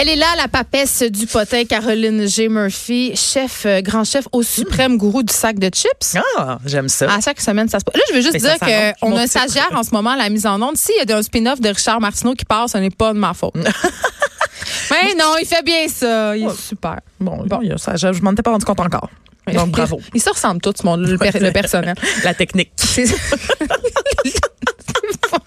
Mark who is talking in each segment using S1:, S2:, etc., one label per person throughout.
S1: Elle est là, la papesse du potin, Caroline G. Murphy, chef, euh, grand chef au suprême gourou du sac de chips.
S2: Ah, j'aime ça.
S1: À chaque semaine, ça se passe. Là, je veux juste
S2: Mais ça
S1: dire
S2: s'annonce,
S1: qu'on
S2: mon
S1: a un
S2: titre.
S1: stagiaire en ce moment à la mise en onde. S'il y a un spin-off de Richard Martineau qui part, ce n'est pas de ma faute. Mais non, il fait bien ça. Il est
S2: Ouais.
S1: super.
S2: Bon, bon, il y a ça, je, je m'en étais pas rendu compte encore. Donc, bravo.
S1: Ils se ressemblent tous, ce monde, le, per- le personnel.
S2: La technique,
S1: C'est-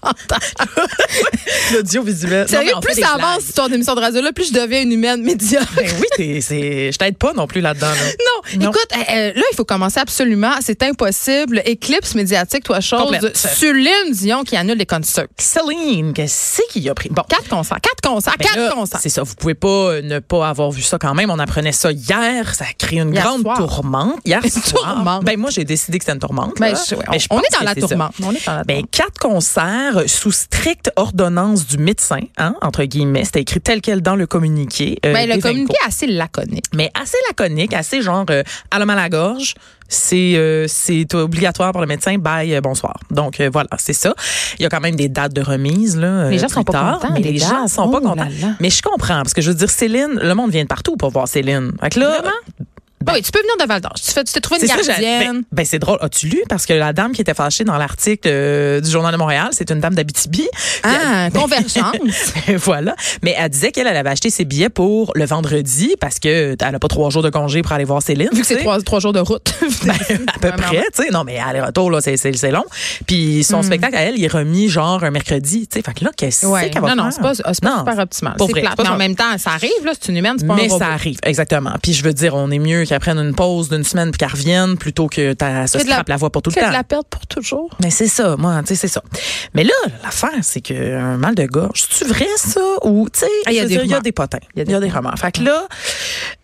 S2: l'audiovisuel. Non,
S1: Sérieux,
S2: mais on
S1: plus
S2: fait des
S1: ça
S2: blagues.
S1: avance, cette histoire d'émission de radio, là, plus je deviens une humaine médiocre.
S2: Ben oui, t'es- c'est- je t'aide pas non plus là-dedans. là.
S1: Non.
S2: Non.
S1: Écoute, euh, euh, là, il faut commencer absolument. C'est impossible. Éclipse médiatique, toi, chose.
S2: Complète.
S1: Suline Dion qui annule les concerts.
S2: Céline, qu'est-ce qu'il a pris? Bon.
S1: Quatre concerts. Quatre concerts.
S2: Ben
S1: quatre
S2: là,
S1: concerts.
S2: C'est ça, vous pouvez pas euh, ne pas avoir vu ça quand même. On apprenait ça hier, ça a créé une
S1: Hier
S2: grande
S1: soir.
S2: tourmente. Hier
S1: Une
S2: soir.
S1: tourmente.
S2: Ben moi j'ai décidé que c'était une tourmente.
S1: Ben,
S2: là.
S1: je- ouais,
S2: Mais je
S1: on, on
S2: pense
S1: est dans
S2: que
S1: la
S2: c'est ça.
S1: tourmente. On est dans la
S2: Ben,
S1: tourmente.
S2: quatre concerts euh, sous stricte ordonnance du médecin, hein, entre guillemets. C'était écrit tel quel dans le communiqué. euh,
S1: Ben, le
S2: d'Evenco.
S1: communiqué est assez laconique.
S2: Mais assez laconique, assez genre euh, à l'homme à la gorge. C'est euh, c'est obligatoire pour le médecin. Bye, euh, bonsoir. Donc euh, voilà, c'est ça. Il y a quand même des dates de remise là.
S1: Les
S2: euh,
S1: gens sont
S2: plus
S1: pas
S2: tard,
S1: contents,
S2: mais
S1: les
S2: les
S1: dates.
S2: gens sont pas
S1: Oh là
S2: contents.
S1: là.
S2: Mais je comprends parce que je veux dire Céline, le monde vient de partout pour voir Céline. Fait que là,
S1: Ah oui, tu peux venir de Val d'Or. Tu fais- tu t'es trouvé une
S2: Ben. c'est ça, j'ai-
S1: gardienne.
S2: ben, ben, c'est drôle. As-tu lu? Parce que la dame qui était fâchée dans l'article euh, du Journal de Montréal, c'est une dame d'Abitibi.
S1: Ah,
S2: ben,
S1: convergence.
S2: voilà. Mais elle disait qu'elle elle avait acheté ses billets pour le vendredi parce que elle a pas trois jours de congé pour aller voir Céline.
S1: Vu que c'est
S2: tu sais.
S1: trois, trois jours de route.
S2: Ben, à peu près, tu sais. Non, mais aller-retour, là, c'est, c'est, c'est long. Puis
S1: Hmm.
S2: son spectacle, à elle, il est remis genre un mercredi, tu sais. Fait que là, qu'est-ce
S1: Ouais.
S2: qu'elle va
S1: Non, non,
S2: faire?
S1: c'est pas, c'est pas
S2: Non,
S1: super optimal.
S2: pas
S1: C'est
S2: vrai,
S1: plate.
S2: c'est pas
S1: Mais en
S2: ça.
S1: même temps, ça arrive, là. C'est une humaine, c'est pas un
S2: mais
S1: robot.
S2: ça arrive, exactement. Puis je veux dire, on est mieux qu'elle prenne une pause d'une semaine puis qu'elle revienne plutôt que t'as se
S1: Que de la-
S2: scrape la, voix pour tout
S1: Que
S2: le temps.
S1: de la perte pour toujours.
S2: Mais c'est ça, moi, tu sais, c'est ça. Mais là, l'affaire, c'est qu'un mal de gorge, c'est vrai ça ou tu sais,
S1: Ah, il y a
S2: je veux
S1: des
S2: dire, il y a
S1: rumeurs.
S2: des potins, il y a des, romans. Fait que là,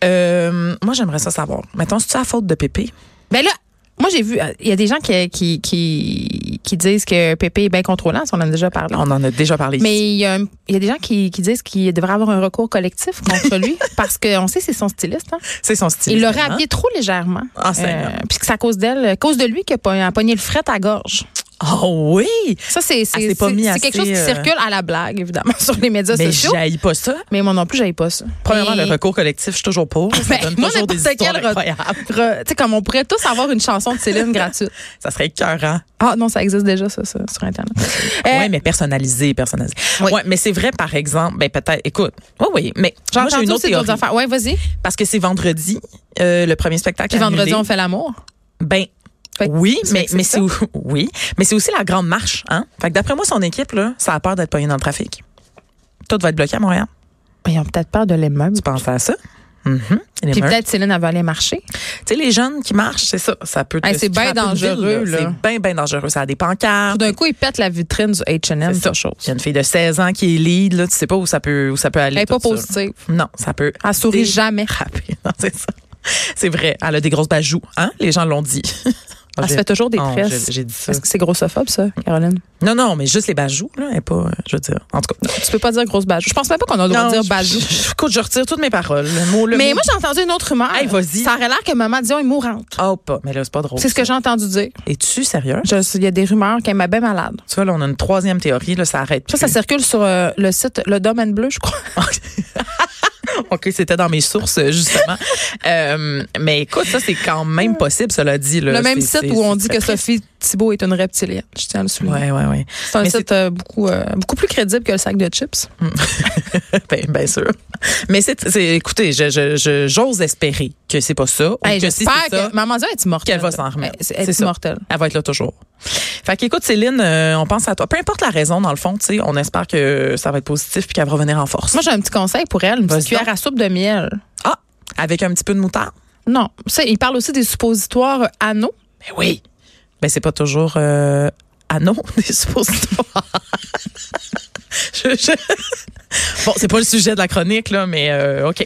S2: euh, moi, j'aimerais ça savoir. Mettons, c'est tu à faute de Pépé.
S1: Ben là, moi, j'ai vu, euh, il y a des gens qui, qui, qui, qui disent que Pépé est bien contrôlant, ça, on en a déjà parlé.
S2: On en a déjà parlé. ici.
S1: Mais il y, a un- il y a des gens qui, qui disent qu'il devrait avoir un recours collectif contre lui parce qu'on sait c'est son styliste. hein.
S2: c'est son style.
S1: Il Euh, l'aurait
S2: vraiment.
S1: habillé trop légèrement.
S2: Ah, Seigneur.
S1: Puisque c'est à cause d'elle, à cause de lui qu'il a pogné a pogné le fret à gorge.
S2: Oh oui.
S1: Ça, c'est c'est-
S2: s'est pas
S1: c'est-
S2: mis
S1: c'est quelque chose qui
S2: assez, euh,
S1: circule à la blague, évidemment, sur les médias
S2: Mais
S1: sociaux.
S2: j'haïs pas ça.
S1: Mais moi non plus, j'avais pas ça.
S2: Premièrement,
S1: Et-
S2: le recours collectif, je suis toujours pour. Ça
S1: Ben,
S2: donne
S1: moi,
S2: toujours des
S1: n'importe
S2: histoires
S1: quel re-
S2: incroyables.
S1: re- Tu sais, comme on pourrait tous avoir une chanson de Céline gratuite.
S2: Ça serait écœurant.
S1: Ah non, ça existe déjà, ça, ça, sur Internet. Euh,
S2: Oui, mais personnalisé, personnalisé.
S1: Oui.
S2: Ouais, mais c'est vrai, par exemple, ben peut-être, écoute, oui, oui, mais
S1: J'ai
S2: moi, j'ai
S1: entendu
S2: une autre
S1: aussi d'autres
S2: théorie.
S1: affaires. Ouais, vas-y.
S2: Parce que c'est vendredi, euh, le premier spectacle
S1: Puis vendredi,
S2: annulé.
S1: on fait l'amour.
S2: Ben,
S1: Fait que
S2: oui,
S1: c'est
S2: mais,
S1: que c'est
S2: mais c'est au- oui, mais c'est aussi la grande marche, hein. Fait que d'après moi, son équipe, là, ça a peur d'être pogné dans le trafic. Tout va être bloqué à Montréal. Ben,
S1: Mais ils ont peut-être peur de l'émeute.
S2: Tu penses à ça? Mhm. Les
S1: Puis
S2: mœurs.
S1: peut-être Céline, elle va aller marcher.
S2: Tu sais, les jeunes qui marchent, c'est ça. Ça peut te
S1: Hey, c'est bien
S2: scraper une ville,
S1: dangereux, là.
S2: C'est bien, bien dangereux. Ça a des
S1: Tout
S2: pancartes.
S1: d'un coup, ils pètent la vitrine du H&M,
S2: C'est
S1: ça
S2: ça.
S1: chose.
S2: Il y a une fille de 16 ans qui est lead, là. Tu sais pas où ça peut, où ça peut aller.
S1: Elle est pas
S2: tout ça.
S1: positive. Ah,
S2: Non, ça peut.
S1: Elle sourit
S2: déraper.
S1: jamais.
S2: Non, c'est ça. C'est vrai. Elle a des grosses bajoues, hein? Les gens l'ont dit.
S1: Elle se fait toujours des
S2: Oh,
S1: tresses.
S2: j'ai- J'ai dit ça.
S1: Est-ce que c'est grossophobe, ça, Caroline?
S2: Non, non, mais juste les bajoues, là, elle est pas, euh, je veux dire, en tout cas.
S1: Tu peux pas dire grosse bajou. Je pense même pas qu'on a le droit de dire
S2: je-
S1: bajou.
S2: je- Écoute, je retire toutes mes paroles. Le mot, le
S1: Mais
S2: mot-
S1: moi, j'ai entendu une autre rumeur.
S2: Hey, vas-y.
S1: Ça aurait l'air que Maman Dion est mourante.
S2: Oh, pas. Mais là, c'est pas drôle.
S1: C'est ce que j'ai entendu dire.
S2: Es-tu sérieux?
S1: Je- Il y a des rumeurs qu'elle m'a bien malade.
S2: Tu vois, là, on a une troisième théorie, là, ça arrête.
S1: Ça, ça
S2: plus.
S1: circule sur euh, le site Le Domaine Bleu, je crois.
S2: OK, c'était dans mes sources, euh, justement. Euh, mais écoute, ça, c'est quand même possible, cela dit. Là.
S1: le même
S2: C'est-
S1: site
S2: c'est-
S1: où on
S2: c'est
S1: dit
S2: très
S1: que
S2: triste.
S1: Sophie Thibault est une reptilienne. Je tiens à le souligner.
S2: Ouais, ouais, ouais.
S1: C'est un
S2: Mais
S1: site euh, beaucoup, euh, beaucoup plus crédible que le sac de chips.
S2: Ben, bien sûr. Mais c'est, c'est- écoutez, je, je- je- j'ose espérer que c'est pas ça. ou
S1: Hey,
S2: que si
S1: J'espère
S2: c'est ça,
S1: que Maman Dion est immortelle.
S2: qu'elle va s'en remettre.
S1: Elle-
S2: C'est
S1: Elle est
S2: ça.
S1: immortelle.
S2: elle va être là toujours. Fait qu'écoute, Céline, euh, on pense à toi. Peu importe la raison, dans le fond, tu sais, on espère que ça va être positif puis qu'elle va revenir en force.
S1: Moi, j'ai un petit conseil pour elle. Une petite
S2: Vas-y donc.
S1: cuillère à soupe de miel.
S2: Ah, avec un petit peu de moutarde?
S1: Non. Ça, il parle aussi des suppositoires euh, anneaux.
S2: Ben oui. Ben c'est pas toujours... Euh... Ah non, des suppositoires. Je- je- Bon, c'est pas le sujet de la chronique, là, mais euh, OK.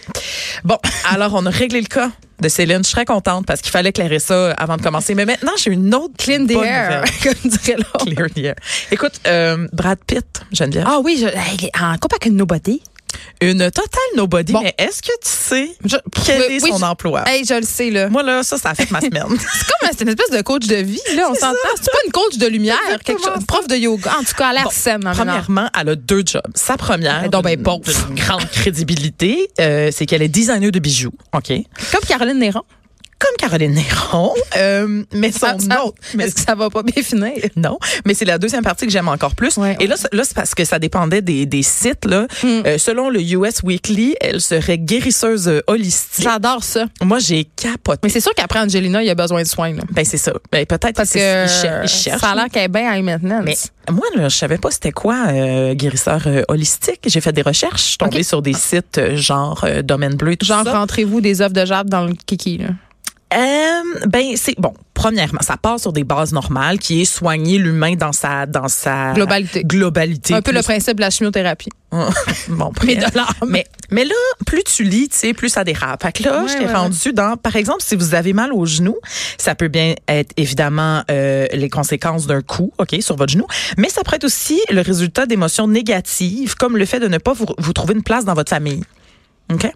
S2: Bon, alors, on a réglé le cas de Céline. Je suis très contente parce qu'il fallait éclairer ça avant de commencer. Mais maintenant, j'ai une autre
S1: Clean the
S2: bonne
S1: air,
S2: nouvelle.
S1: comme dirait l'autre.
S2: Clear the air. Écoute, euh, Brad Pitt, Geneviève.
S1: Ah oui, je, hey, en couple avec une nobody.
S2: Une totale nobody,
S1: Bon.
S2: mais est-ce que tu sais
S1: Je-
S2: quel
S1: Oui,
S2: est
S1: oui,
S2: son
S1: je-
S2: emploi?
S1: Hey, Ah, je le sais, là.
S2: Moi, là, ça, ça a fait ma semaine.
S1: C'est comme euh, c'est une espèce de coach de vie, là. On s'entend. C'est pas une coach de lumière, quelque
S2: Exactement
S1: chose. Prof de yoga. En tout cas, à l'air
S2: Bon,
S1: saine, en même temps.
S2: Premièrement, elle a deux jobs. Sa première,
S1: Elle est donc ben
S2: d'une-
S1: pauvre.
S2: d'une grande crédibilité, euh, c'est qu'elle est designer de bijoux. OK?
S1: Comme Caroline Néron.
S2: Comme Caroline Néron, euh, mais son
S1: Ça- ça-
S2: autre... mais-
S1: Est-ce que ça va pas bien finir?
S2: non, mais c'est la deuxième partie que j'aime encore plus.
S1: Ouais, Hmm.
S2: Et là, c'est- là, c'est parce que ça dépendait des, des sites. Là. Euh, selon le US Weekly, elle serait guérisseuse euh, holistique.
S1: J'adore ça.
S2: Moi, j'ai capoté.
S1: Mais c'est sûr qu'après Angelina, il y a besoin de soins, là.
S2: Ben, c'est ça. Ben, peut-être
S1: Parce
S2: c'est-
S1: que
S2: ils cher- ils cherchent.
S1: ça a l'air qu'elle est bien à la maintenance.
S2: Mais moi, là, je savais pas c'était quoi euh, guérisseur euh, holistique. J'ai fait des recherches. Je suis tombée
S1: Ok.
S2: sur des sites euh, genre euh, Domaine Bleu, tout
S1: Genre,
S2: ça.
S1: rentrez-vous des œufs de jade dans le kiki, là.
S2: Euh, ben c'est bon. Premièrement, ça part sur des bases normales, qui est soigner l'humain dans sa dans sa
S1: Globalité.
S2: globalité.
S1: Un peu le
S2: Plus-
S1: principe de la chimiothérapie.
S2: bon,
S1: Mais
S2: bref.
S1: de l'âme.
S2: Mais, mais là, plus tu lis, tu sais, plus ça dérape. Fait que là,
S1: Ouais,
S2: je t'ai
S1: ouais,
S2: rendue dans, par exemple, si vous avez mal au genou, ça peut bien être évidemment euh, les conséquences d'un coup, OK, sur votre genou, mais ça pourrait être aussi le résultat d'émotions négatives, comme le fait de ne pas vous, vous trouver une place dans votre famille. OK?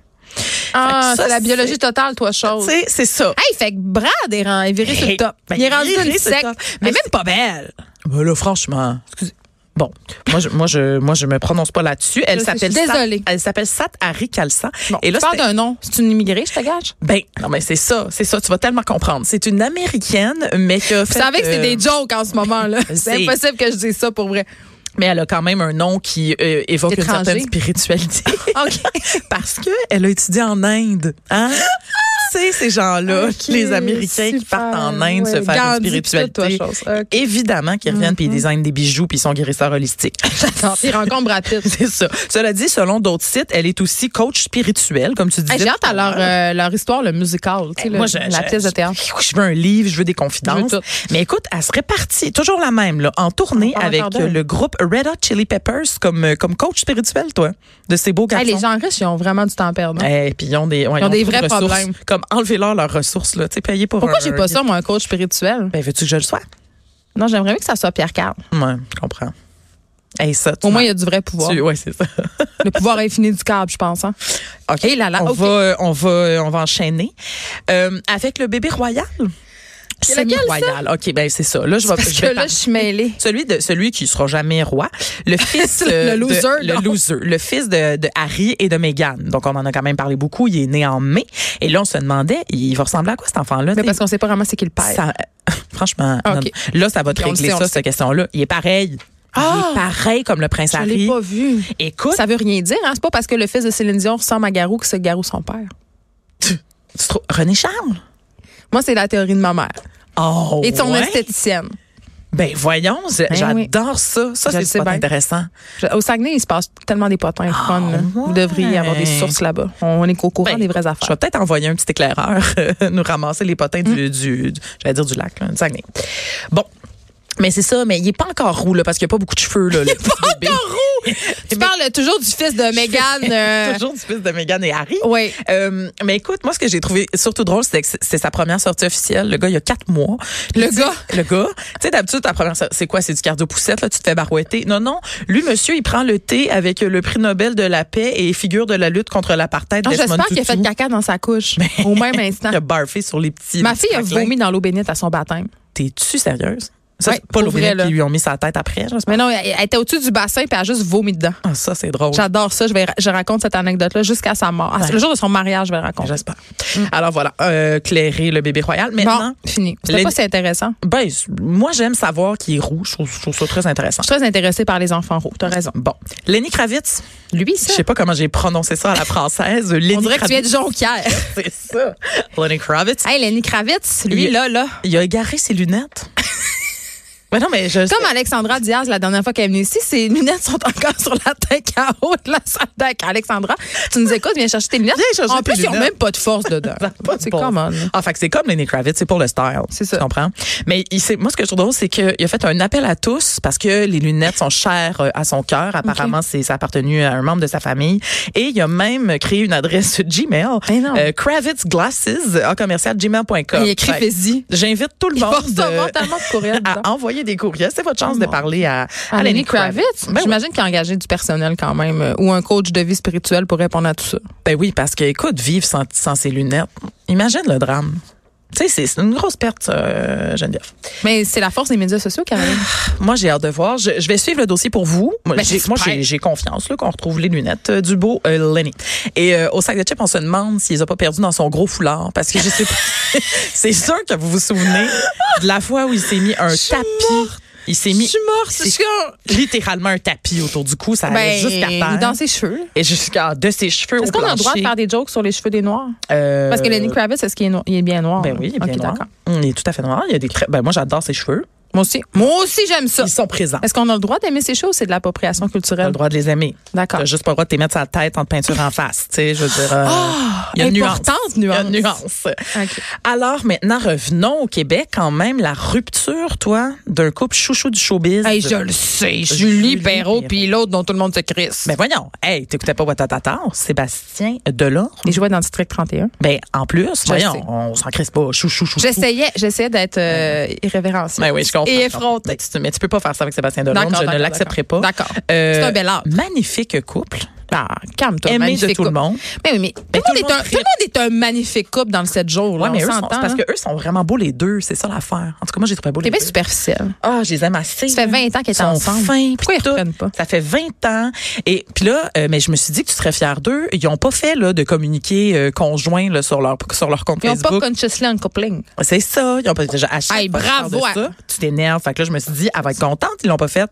S1: Ah,
S2: Fait que ça,
S1: c'est la biologie
S2: c'est-
S1: totale, toi, chose.
S2: Tu sais, c'est ça.
S1: Hey, fait que Brad est, ren- est viré sur le top.
S2: Ben,
S1: il est rendu
S2: viré
S1: une
S2: sur le
S1: secte.
S2: top.
S1: Mais
S2: Mais
S1: même
S2: c'est pas belle. Ben là, franchement. excusez. Bon, moi je, moi je moi je me prononce pas là-dessus. Elle
S1: Je sais, je
S2: s'appelle
S1: suis
S2: Sat-
S1: désolée.
S2: elle s'appelle Sat Harry Kalsa.
S1: Bon,
S2: Et là
S1: tu parles
S2: c'était-
S1: d'un nom. C'est une immigrée, je te gage.
S2: Ben, non, mais c'est ça, c'est ça, tu vas tellement comprendre. C'est une Américaine, mais que.
S1: Vous savez que c'est
S2: euh,
S1: des jokes en ce moment, là. C'est
S2: c'est-
S1: impossible que je dise ça pour vrai.
S2: Mais elle a quand même un nom qui euh, évoque
S1: Étranger.
S2: une certaine spiritualité.
S1: OK.
S2: Parce que elle a étudié en Inde, hein? c'est ces gens-là,
S1: Ok,
S2: les Américains qui
S1: super.
S2: partent en Inde
S1: Ouais,
S2: se faire
S1: Gandhi,
S2: une
S1: puis toute
S2: spiritualité.
S1: toi, chose. Euh, Ok. Mm-hmm.
S2: Évidemment qu'ils reviennent puis ils designent des bijoux puis ils sont guérisseurs holistiques.
S1: Attends, il rencontre Brad Pitt.
S2: C'est ça. Cela dit, selon d'autres sites, elle est aussi coach spirituelle, comme tu disais.
S1: Hey, J'ai hâte
S2: tout
S1: à leur,
S2: l'heure.
S1: euh, leur histoire, le musical, tu sais,
S2: Hey,
S1: le-
S2: moi, je-
S1: la
S2: je-
S1: pièce de théâtre.
S2: Je veux un livre, je veux des confidences.
S1: Je veux tout.
S2: Mais écoute, elle se répartit, toujours la même, là, en tournée
S1: On parle
S2: avec
S1: encore
S2: euh,
S1: d'elle.
S2: le groupe Red Hot Chili Peppers comme, euh, comme coach spirituel, toi, de ces beaux
S1: Hey,
S2: garçons.
S1: les gens riches, ils ont vraiment du temps à perdre. hein.
S2: Eh, puis ils ont des, ouais,
S1: Ils ont des
S2: trop de
S1: vrais
S2: ressources.
S1: problèmes.
S2: Comme enlever-leur leurs ressources, là, tu sais, payer pour
S1: Pourquoi
S2: un-
S1: j'ai pas ça, moi, un coach spirituel?
S2: Ben, veux-tu que je le sois?
S1: Non, j'aimerais mieux que ça soit Pierre Carl.
S2: Ouais, je comprends. Hey, ça, tu
S1: Au moins, il y a du vrai pouvoir.
S2: tu- ouais, c'est ça.
S1: Le pouvoir infini du câble, je pense. Hein.
S2: OK,
S1: là, là,
S2: on,
S1: OK.
S2: va, euh, on, va, euh, on va enchaîner. Euh, avec le bébé royal.
S1: C'est lequel,
S2: Semi-royal. OK, ben c'est ça. Là, je vais,
S1: Parce
S2: je
S1: que
S2: vais
S1: là, je suis mêlée.
S2: Celui de celui qui sera jamais roi, le fils
S1: Le
S2: euh, de-
S1: loser, non.
S2: le loser, le fils de, de Harry et de Meghan. Donc on en a quand même parlé beaucoup. Il est né en mai et là on se demandait, il va ressembler à quoi cet enfant-là
S1: Mais
S2: tu sais?
S1: parce qu'on sait pas vraiment c'est qui le père.
S2: Ça- Franchement,
S1: Ah,
S2: non,
S1: ok.
S2: non. là ça va te
S1: Ok, on le
S2: régler
S1: sait, on le
S2: ça
S1: sait.
S2: cette question-là. Il est pareil.
S1: Ah!
S2: Il est pareil comme le prince
S1: Je l'ai
S2: Harry.
S1: pas vu.
S2: Écoute,
S1: Ça veut rien dire, hein? C'est pas parce que le fils de Céline Dion ressemble à Garou que c'est Garou son père.
S2: tu trou- René Charles.
S1: Moi, c'est la théorie de ma mère.
S2: Oh.
S1: Et de son
S2: ouais?
S1: esthéticienne.
S2: Ben voyons, c'est-
S1: Ben oui.
S2: j'adore ça. Ça
S1: Je le sais
S2: c'est pas
S1: bien.
S2: intéressant.
S1: Je- Au Saguenay, il se passe tellement des potins le fun. là. Vous
S2: ouais.
S1: devriez avoir des sources là-bas. On est au courant
S2: Ben,
S1: des vraies affaires.
S2: Je vais peut-être envoyer un petit éclaireur euh, nous ramasser les potins
S1: Mm.
S2: du, du, du- j'allais dire du lac, là, du Saguenay. Bon. Mais c'est ça, mais il n'est pas encore roux, là, parce qu'il n'y a pas beaucoup de cheveux, là. Il n'est pas encore roux!
S1: Tu parles toujours du fils de Meghan.
S2: Euh,
S1: euh,
S2: Toujours du fils de Meghan et Harry.
S1: Oui.
S2: Euh, mais écoute, moi, ce que j'ai trouvé surtout drôle, c'est que c'est- c'est sa première sortie officielle. Le gars, il y a quatre mois. Puis,
S1: Le
S2: tu sais,
S1: gars?
S2: Le gars. Tu sais, d'habitude, ta première sortie, c'est quoi? C'est du cardio-poussette, là? Tu te fais barouetter. Non, non. Lui, monsieur, il prend le thé avec le prix Nobel de la paix et figure de la lutte contre l'apartheid. Desmond
S1: Ah, J'espère qu'il a fait
S2: Tutu.
S1: caca dans sa couche au même instant.
S2: Il a barfé sur les petits.
S1: Ma
S2: les petits
S1: fille a
S2: craquelins.
S1: vomi dans l'eau bénite à son baptême.
S2: T'es-tu sérieuse? Ça,
S1: Ouais,
S2: c'est
S1: pour
S2: pas
S1: vrai,
S2: l'ouvrier
S1: là.
S2: qui lui ont mis sa tête après, j'espère.
S1: Mais non, elle elle était au-dessus du bassin puis elle a juste vomi dedans.
S2: Ah, ça, c'est drôle.
S1: J'adore ça. Je, vais, je raconte cette anecdote-là jusqu'à sa mort. Ah, c'est Le jour de son mariage, je vais le raconter.
S2: J'espère. Alors voilà, euh, clairer le bébé royal. Maintenant,
S1: Mm. Bon, fini. C'était
S2: Les-
S1: pas si intéressant.
S2: ben, c- moi, j'aime savoir qu'il est roux. Je trouve, je trouve ça très intéressant.
S1: Je suis très intéressée par les enfants roux. T'as raison.
S2: Bon, Lenny Kravitz,
S1: Lui,
S2: je
S1: ça.
S2: sais pas comment j'ai prononcé ça à la française. Lenny
S1: On dirait que tu viens de
S2: Kravitz,
S1: Jonquière.
S2: c'est ça. Lenny Kravitz,
S1: hey, Lenny Kravitz, lui,
S2: Il-
S1: là, là.
S2: il a égaré ses lunettes. mais non, mais je...
S1: Comme Alexandra Diaz, la dernière fois qu'elle est venue ici, ses lunettes sont encore sur la tête KO de la salle d'accueil. Alexandra, tu nous écoutes, viens chercher tes lunettes.
S2: Viens chercher
S1: en plus,
S2: tes
S1: ils n'ont
S2: lunettes.
S1: même pas de force dedans.
S2: Ça a pas de
S1: c'est
S2: bon sens.
S1: common.
S2: Ah, fait que c'est comme Lenny Kravitz, c'est pour le style.
S1: C'est ça.
S2: Tu comprends? Mais il, s'est- moi, ce que je trouve drôle, c'est qu'il a fait un appel à tous parce que les lunettes sont chères euh, à son cœur. Apparemment, c'est ça a appartenu à un membre de sa famille. Et il a même créé une adresse Gmail.
S1: Mais non.
S2: euh, Kravitz Glasses, en commercial, gmail.com.
S1: Il écrit
S2: Fait que
S1: Fais-y.
S2: J'invite tout le
S1: Il
S2: monde
S1: va recevoir
S2: de-
S1: tellement de courriels. dis donc.
S2: à envoyer des courriels. C'est votre chance de parler à à
S1: Oh Ah, Lenny
S2: Lenny Kravitz.
S1: Kravitz.
S2: Ben
S1: J'imagine qu'il a engagé du personnel quand même euh, ou un coach de vie spirituelle pour répondre à tout ça.
S2: Ben oui, parce que, écoute, vivre sans, sans ses lunettes, imagine le drame. Tu sais, c'est- c'est une grosse perte, ça, euh, Geneviève.
S1: Mais c'est la force des médias sociaux, Caroline.
S2: Moi, j'ai hâte de voir. Je, je vais suivre le dossier pour vous. Moi,
S1: Ben,
S2: j'ai-
S1: j'espère.
S2: moi, j'ai j'ai confiance là, qu'on retrouve les lunettes euh, du beau euh, Lenny. Et euh, au sac de chips, on se demande s'il les a pas perdu dans son gros foulard. Parce que je sais pas. c'est sûr que vous vous souvenez de la fois où il s'est mis un tapis. Il s'est mis
S1: morte. Ben,
S2: c'est- littéralement un tapis autour du cou. Ça allait jusqu'à terre.
S1: dans ses cheveux.
S2: Et jusqu'à de ses cheveux
S1: Est-ce
S2: au
S1: qu'on a le droit de
S2: plancher.
S1: faire des jokes sur les cheveux des Noirs?
S2: Euh,
S1: Parce que Lenny Kravitz, est-ce qu'il est, no- il est bien noir?
S2: Ben oui, il est bien
S1: Ok,
S2: noir.
S1: d'accord.
S2: Il est tout à fait noir. Il y a des crêpes. Ben moi, j'adore ses cheveux.
S1: Moi aussi. Moi aussi, j'aime ça.
S2: Ils sont présents.
S1: Est-ce qu'on a le droit d'aimer ces choses? C'est de l'appropriation
S2: T'as le
S1: culturelle.
S2: droit de les aimer.
S1: D'accord.
S2: T'as juste pas le droit de te mettre sa tête en peinture en face. Tu sais, je veux dire. euh,
S1: Ah,
S2: il y a une nuance.
S1: Importante
S2: Il y
S1: nuance.
S2: a une nuance.
S1: Ok.
S2: Alors maintenant, revenons au Québec quand même. La rupture, toi, d'un couple chouchou du showbiz.
S1: Hey, je le sais.
S2: Julie
S1: Julie Perrault,
S2: Perrault.
S1: puis l'autre dont tout le monde se crisse.
S2: Ben voyons. Hey, t'écoutais pas Watatata, Sébastien Delors.
S1: Il jouait dans District 31.
S2: Ben en plus,
S1: sais.
S2: voyons, on s'en crisse pas. Chouchou, chouchou.
S1: J'essayais, j'essayais d'être euh, irrévérencieuse.
S2: Ben oui, je comprends.
S1: Et
S2: je comprends.
S1: effronté.
S2: Mais tu, mais tu peux pas faire ça avec Sébastien Delors.
S1: D'accord,
S2: Je ne
S1: d'accord,
S2: l'accepterai pas.
S1: D'accord.
S2: Euh,
S1: C'est un bel art.
S2: Magnifique couple.
S1: Ah, calme-toi.
S2: aimé de
S1: magnifique
S2: tout le
S1: couple.
S2: monde.
S1: Mais Ben oui, mais tout
S2: Mais
S1: le monde
S2: tout le
S1: est un-
S2: monde
S1: tout le monde est un magnifique couple dans le 7 jours.
S2: Ouais,
S1: là,
S2: mais
S1: on
S2: eux, sont,
S1: s'entend.
S2: c'est parce
S1: hein.
S2: que eux sont vraiment beaux les deux, c'est ça l'affaire. En tout cas, moi j'ai trouvé beau les
S1: T'es bien
S2: deux.
S1: superficiel.
S2: Ah, je les aime assez.
S1: Ça fait 20 ans qu'ils
S2: Ils
S1: étaient
S2: sont
S1: ensemble.
S2: fins, puis
S1: Pourquoi ils
S2: tout.
S1: reprennent pas?
S2: Ça fait 20 ans. Et puis là, euh, mais je me suis dit que tu serais fière d'eux. Ils n'ont pas fait là, de communiquer euh, conjoint là, sur, leur, sur leur compte
S1: Ils n'ont pas
S2: Facebook.
S1: consciously uncoupling.
S2: C'est ça. Ils ont pas, je- à chaque
S1: Hey,
S2: fois que je parle
S1: bravo
S2: de
S1: à-
S2: ça, tu t'énerves. Fait que là, je me suis dit, elle va être contente, ils l'ont pas fait.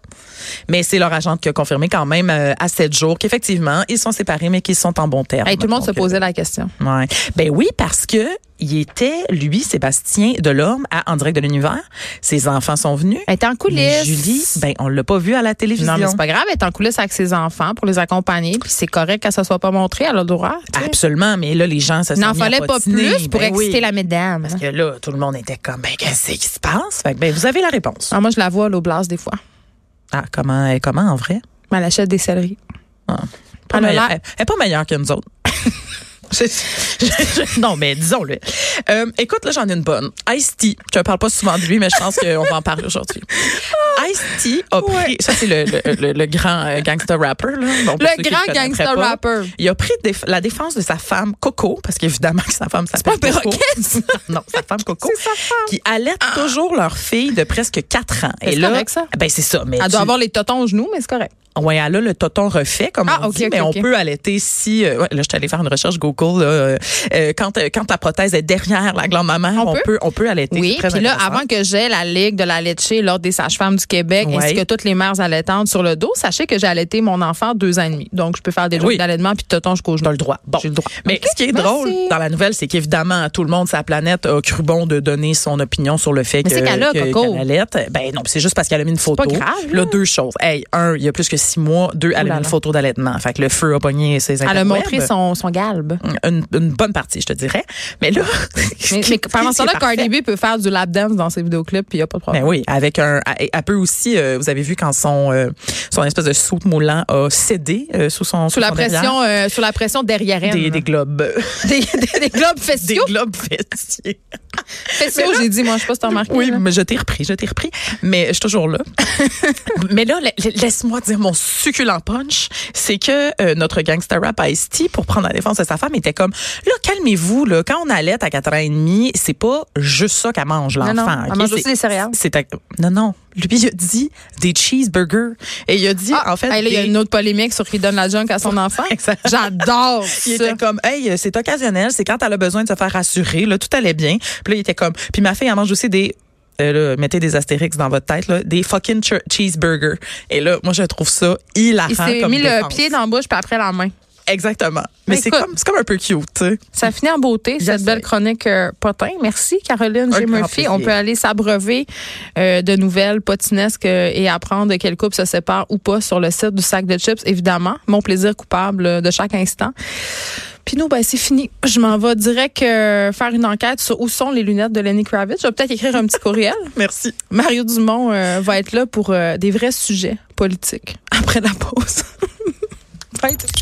S2: Mais c'est leur agente qui a confirmé quand même euh, à 7 jours qu'effectivement, ils sont séparés, mais qu'ils sont en bon terme.
S1: Hey, tout le monde se
S2: Donc, euh,
S1: posait la question.
S2: Ouais. Ben oui, parce que il était, lui, Sébastien Delorme, à En direct de l'univers. Ses enfants sont venus.
S1: Elle était en
S2: Mais
S1: coulisses.
S2: Julie, ben, on l'a pas vu à la télévision.
S1: non, mais c'est pas grave. Elle est en coulisses avec ses enfants pour les accompagner. Puis c'est correct qu'elle ne soit pas montrée. Elle a le droit. tu sais.
S2: Absolument, mais là, les gens se sont
S1: N'en
S2: mis à
S1: fallait Ah, pas
S2: potiner.
S1: plus pour
S2: Ben oui.
S1: exciter la madame.
S2: Parce que là, tout le monde était comme, ben, qu'est-ce qui se passe? Fait que, ben, vous avez la réponse.
S1: Ah, moi, je la vois à l'oblast des fois.
S2: Ah, comment, elle- comment en vrai?
S1: Mais Elle achète des céleris.
S2: Pas
S1: Elle a
S2: meilleure-
S1: l'air-
S2: elle, elle est pas meilleure que nous autres. Je- je- je- non, mais disons-le. Euh, écoute, là, j'en ai une bonne. Ice-T, je ne parle pas souvent de lui, mais je pense qu'on va en parler aujourd'hui.
S1: Ah!
S2: Ice-T a pris... Ça, c'est le, le- le- le grand euh, gangster rapper. Là. Bon, pour ceux
S1: Le
S2: qui
S1: grand
S2: connaîtraient
S1: gangster
S2: pas,
S1: rapper.
S2: Il a pris déf- la défense de sa femme Coco, parce qu'évidemment que sa femme s'appelle
S1: pas un
S2: Coco.
S1: perroquet, ça. Ah.
S2: non, sa femme Coco. Qui allait toujours leur fille de presque 4 ans.
S1: C'est correct, ça?
S2: Ben, c'est ça. Mais
S1: Elle
S2: tu-
S1: doit avoir les totons aux genoux, mais c'est correct.
S2: oui, elle a le toton refait, comme
S1: Ah,
S2: on
S1: ok,
S2: dit,
S1: ok,
S2: mais
S1: ok.
S2: on peut allaiter si... euh, ouais, là, je suis allée faire une recherche Google. là, euh, euh, quand, euh, quand la prothèse est derrière la glande mammaire,
S1: On
S2: on,
S1: peut?
S2: peut? on peut allaiter.
S1: Oui,
S2: C'est très
S1: puis là,
S2: intéressant.
S1: avant que j'ai la Ligue de la Laitchée, l'Ordre des sages-femmes du Québec,
S2: Ouais.
S1: ainsi que toutes les mères allaitantes sur le dos, sachez que j'ai allaité mon enfant deux ans et demi. Donc, je peux faire des jours
S2: Oui.
S1: d'allaitement puis de toton jusqu'au genou.
S2: T'as le droit. Bon.
S1: J'ai le droit.
S2: Mais
S1: Ok,
S2: ce qui est
S1: merci.
S2: drôle dans la nouvelle, c'est qu'évidemment, tout le monde sur la planète a cru bon de donner son opinion sur le fait
S1: Mais
S2: que,
S1: c'est qu'elle a,
S2: que-
S1: Coco.
S2: qu'elle allait. Ben non, c'est juste parce qu'elle a mis une photo.
S1: pas grave, là.
S2: Là, deux choses. Hey, un, il y a plus que six mois. Deux, elle
S1: Oh
S2: a mis
S1: là
S2: une
S1: là.
S2: photo d'allaitement. Fait que le feu a pogné ses
S1: Elle a
S2: interwebs.
S1: montré son, son galbe.
S2: Une, une bonne partie, je te dirais. Mais là,
S1: Mais, mais pendant ce
S2: c'est
S1: temps-là,
S2: parfait.
S1: Cardi B peut faire du lap dance dans ses vidéoclips, puis il n'y a pas de problème.
S2: Ben oui, avec un, elle elle peut aussi, euh, vous avez vu quand son, euh, son espèce de soupe moulant a cédé euh, sous son,
S1: sous,
S2: sous
S1: la
S2: son derrière.
S1: pression, euh, sous la pression derrière
S2: des, des globes,
S1: des, des- des globes
S2: des
S1: fessiaux.
S2: globes fessiers.
S1: Fessiaux, j'ai dit, moi, je sais pas si t'as remarqué.
S2: Oui,
S1: là.
S2: mais je t'ai repris, je t'ai repris, mais je suis toujours là. mais là, la- la- laisse-moi dire mon succulent punch, c'est que euh, notre gangster rap Ice-T, pour prendre la défense de sa femme, était comme, là, calmez-vous, là, quand on allait à 4 ans et demi, c'est pas juste ça qu'elle mange,
S1: Non,
S2: l'enfant.
S1: non, elle
S2: ok?
S1: mange aussi
S2: C'est-
S1: des céréales.
S2: c'est un- Non, non, lui, il a dit des cheeseburgers. Et il a dit,
S1: Ah,
S2: en fait,
S1: hey, là, il y a
S2: des-
S1: une autre polémique sur qui donne la junk à son enfant.
S2: Exact.
S1: J'adore
S2: Il
S1: ça.
S2: était comme, hey, euh, c'est occasionnel, c'est quand elle a besoin de se faire rassurer, là, tout allait bien. Puis là, il était comme, puis ma fille, elle mange aussi des, euh, là, mettez des astérix dans votre tête, là, des fucking ch- cheeseburgers. Et là, moi, je trouve ça hilarant.
S1: Il s'est
S2: comme
S1: mis le
S2: défense.
S1: pied dans la bouche, puis après la main.
S2: Exactement. Mais
S1: Mais
S2: c'est
S1: écoute.
S2: comme, c'est comme un peu cute, tu sais.
S1: Ça finit en beauté, cette
S2: J'essaie.
S1: belle chronique euh, potin. Merci, Caroline
S2: Un
S1: G.
S2: grand
S1: Murphy. On
S2: plaisir.
S1: peut aller s'abreuver euh, de nouvelles potinesques euh, et apprendre de quel couple se sépare ou pas sur le site du sac de chips, évidemment. Mon plaisir coupable euh, de chaque instant. Puis nous, ben, c'est fini. Je m'en vais direct euh, faire une enquête sur où sont les lunettes de Lenny Kravitz. Je vais peut-être écrire un petit courriel.
S2: Merci.
S1: Mario Dumont euh, va être là pour euh, des vrais sujets politiques après la pause. Bye.